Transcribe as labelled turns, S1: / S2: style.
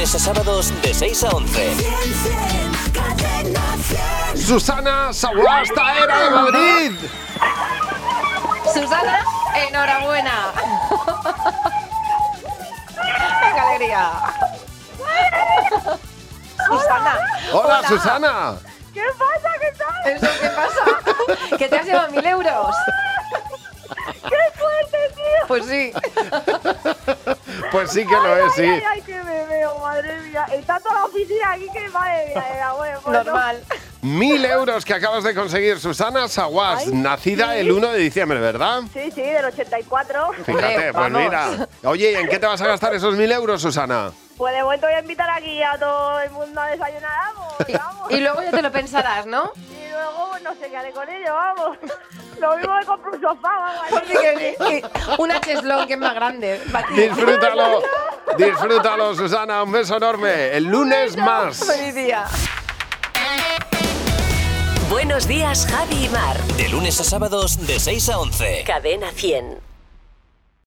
S1: a sábados de 6 a 11.
S2: Susana Sabuasta era de Madrid.
S3: Susana, enhorabuena. ¡Qué alegría! Susana.
S2: Hola, Susana.
S4: ¿Qué pasa? ¿Qué tal?
S3: ¿Eso qué pasa? ¿Que te has llevado mil euros?
S4: ¡Qué fuerte, tío!
S3: Pues sí.
S2: Pues sí que lo es, sí.
S4: Ay, ay, que me veo, madre mía. Está toda la oficina aquí que madre mía. era, bueno, bueno.
S3: Normal.
S2: Mil euros que acabas de conseguir, Susana Saguas,
S4: Ay,
S2: nacida
S4: sí.
S2: el 1 de diciembre, ¿verdad?
S4: Sí, sí, del 84.
S2: Fíjate,
S3: Hombre,
S2: pues
S3: vamos.
S2: mira. Oye, ¿y en qué te vas a gastar esos mil euros, Susana?
S4: Pues de momento voy a invitar aquí a todo el mundo a desayunar algo, vamos.
S3: Y, y luego ya te lo pensarás, ¿no?
S4: Y luego pues, no sé qué haré con ello, vamos. Lo mismo me compro un sofá, vamos. así.
S3: Porque que- que- una cheslón que es más grande. para ti.
S2: Disfrútalo, disfrútalo, Susana. Un beso enorme. El lunes más.
S3: Feliz día.
S5: Buenos días, Javi y Mar.
S1: De lunes a sábados de 6 a 11.
S5: Cadena 100.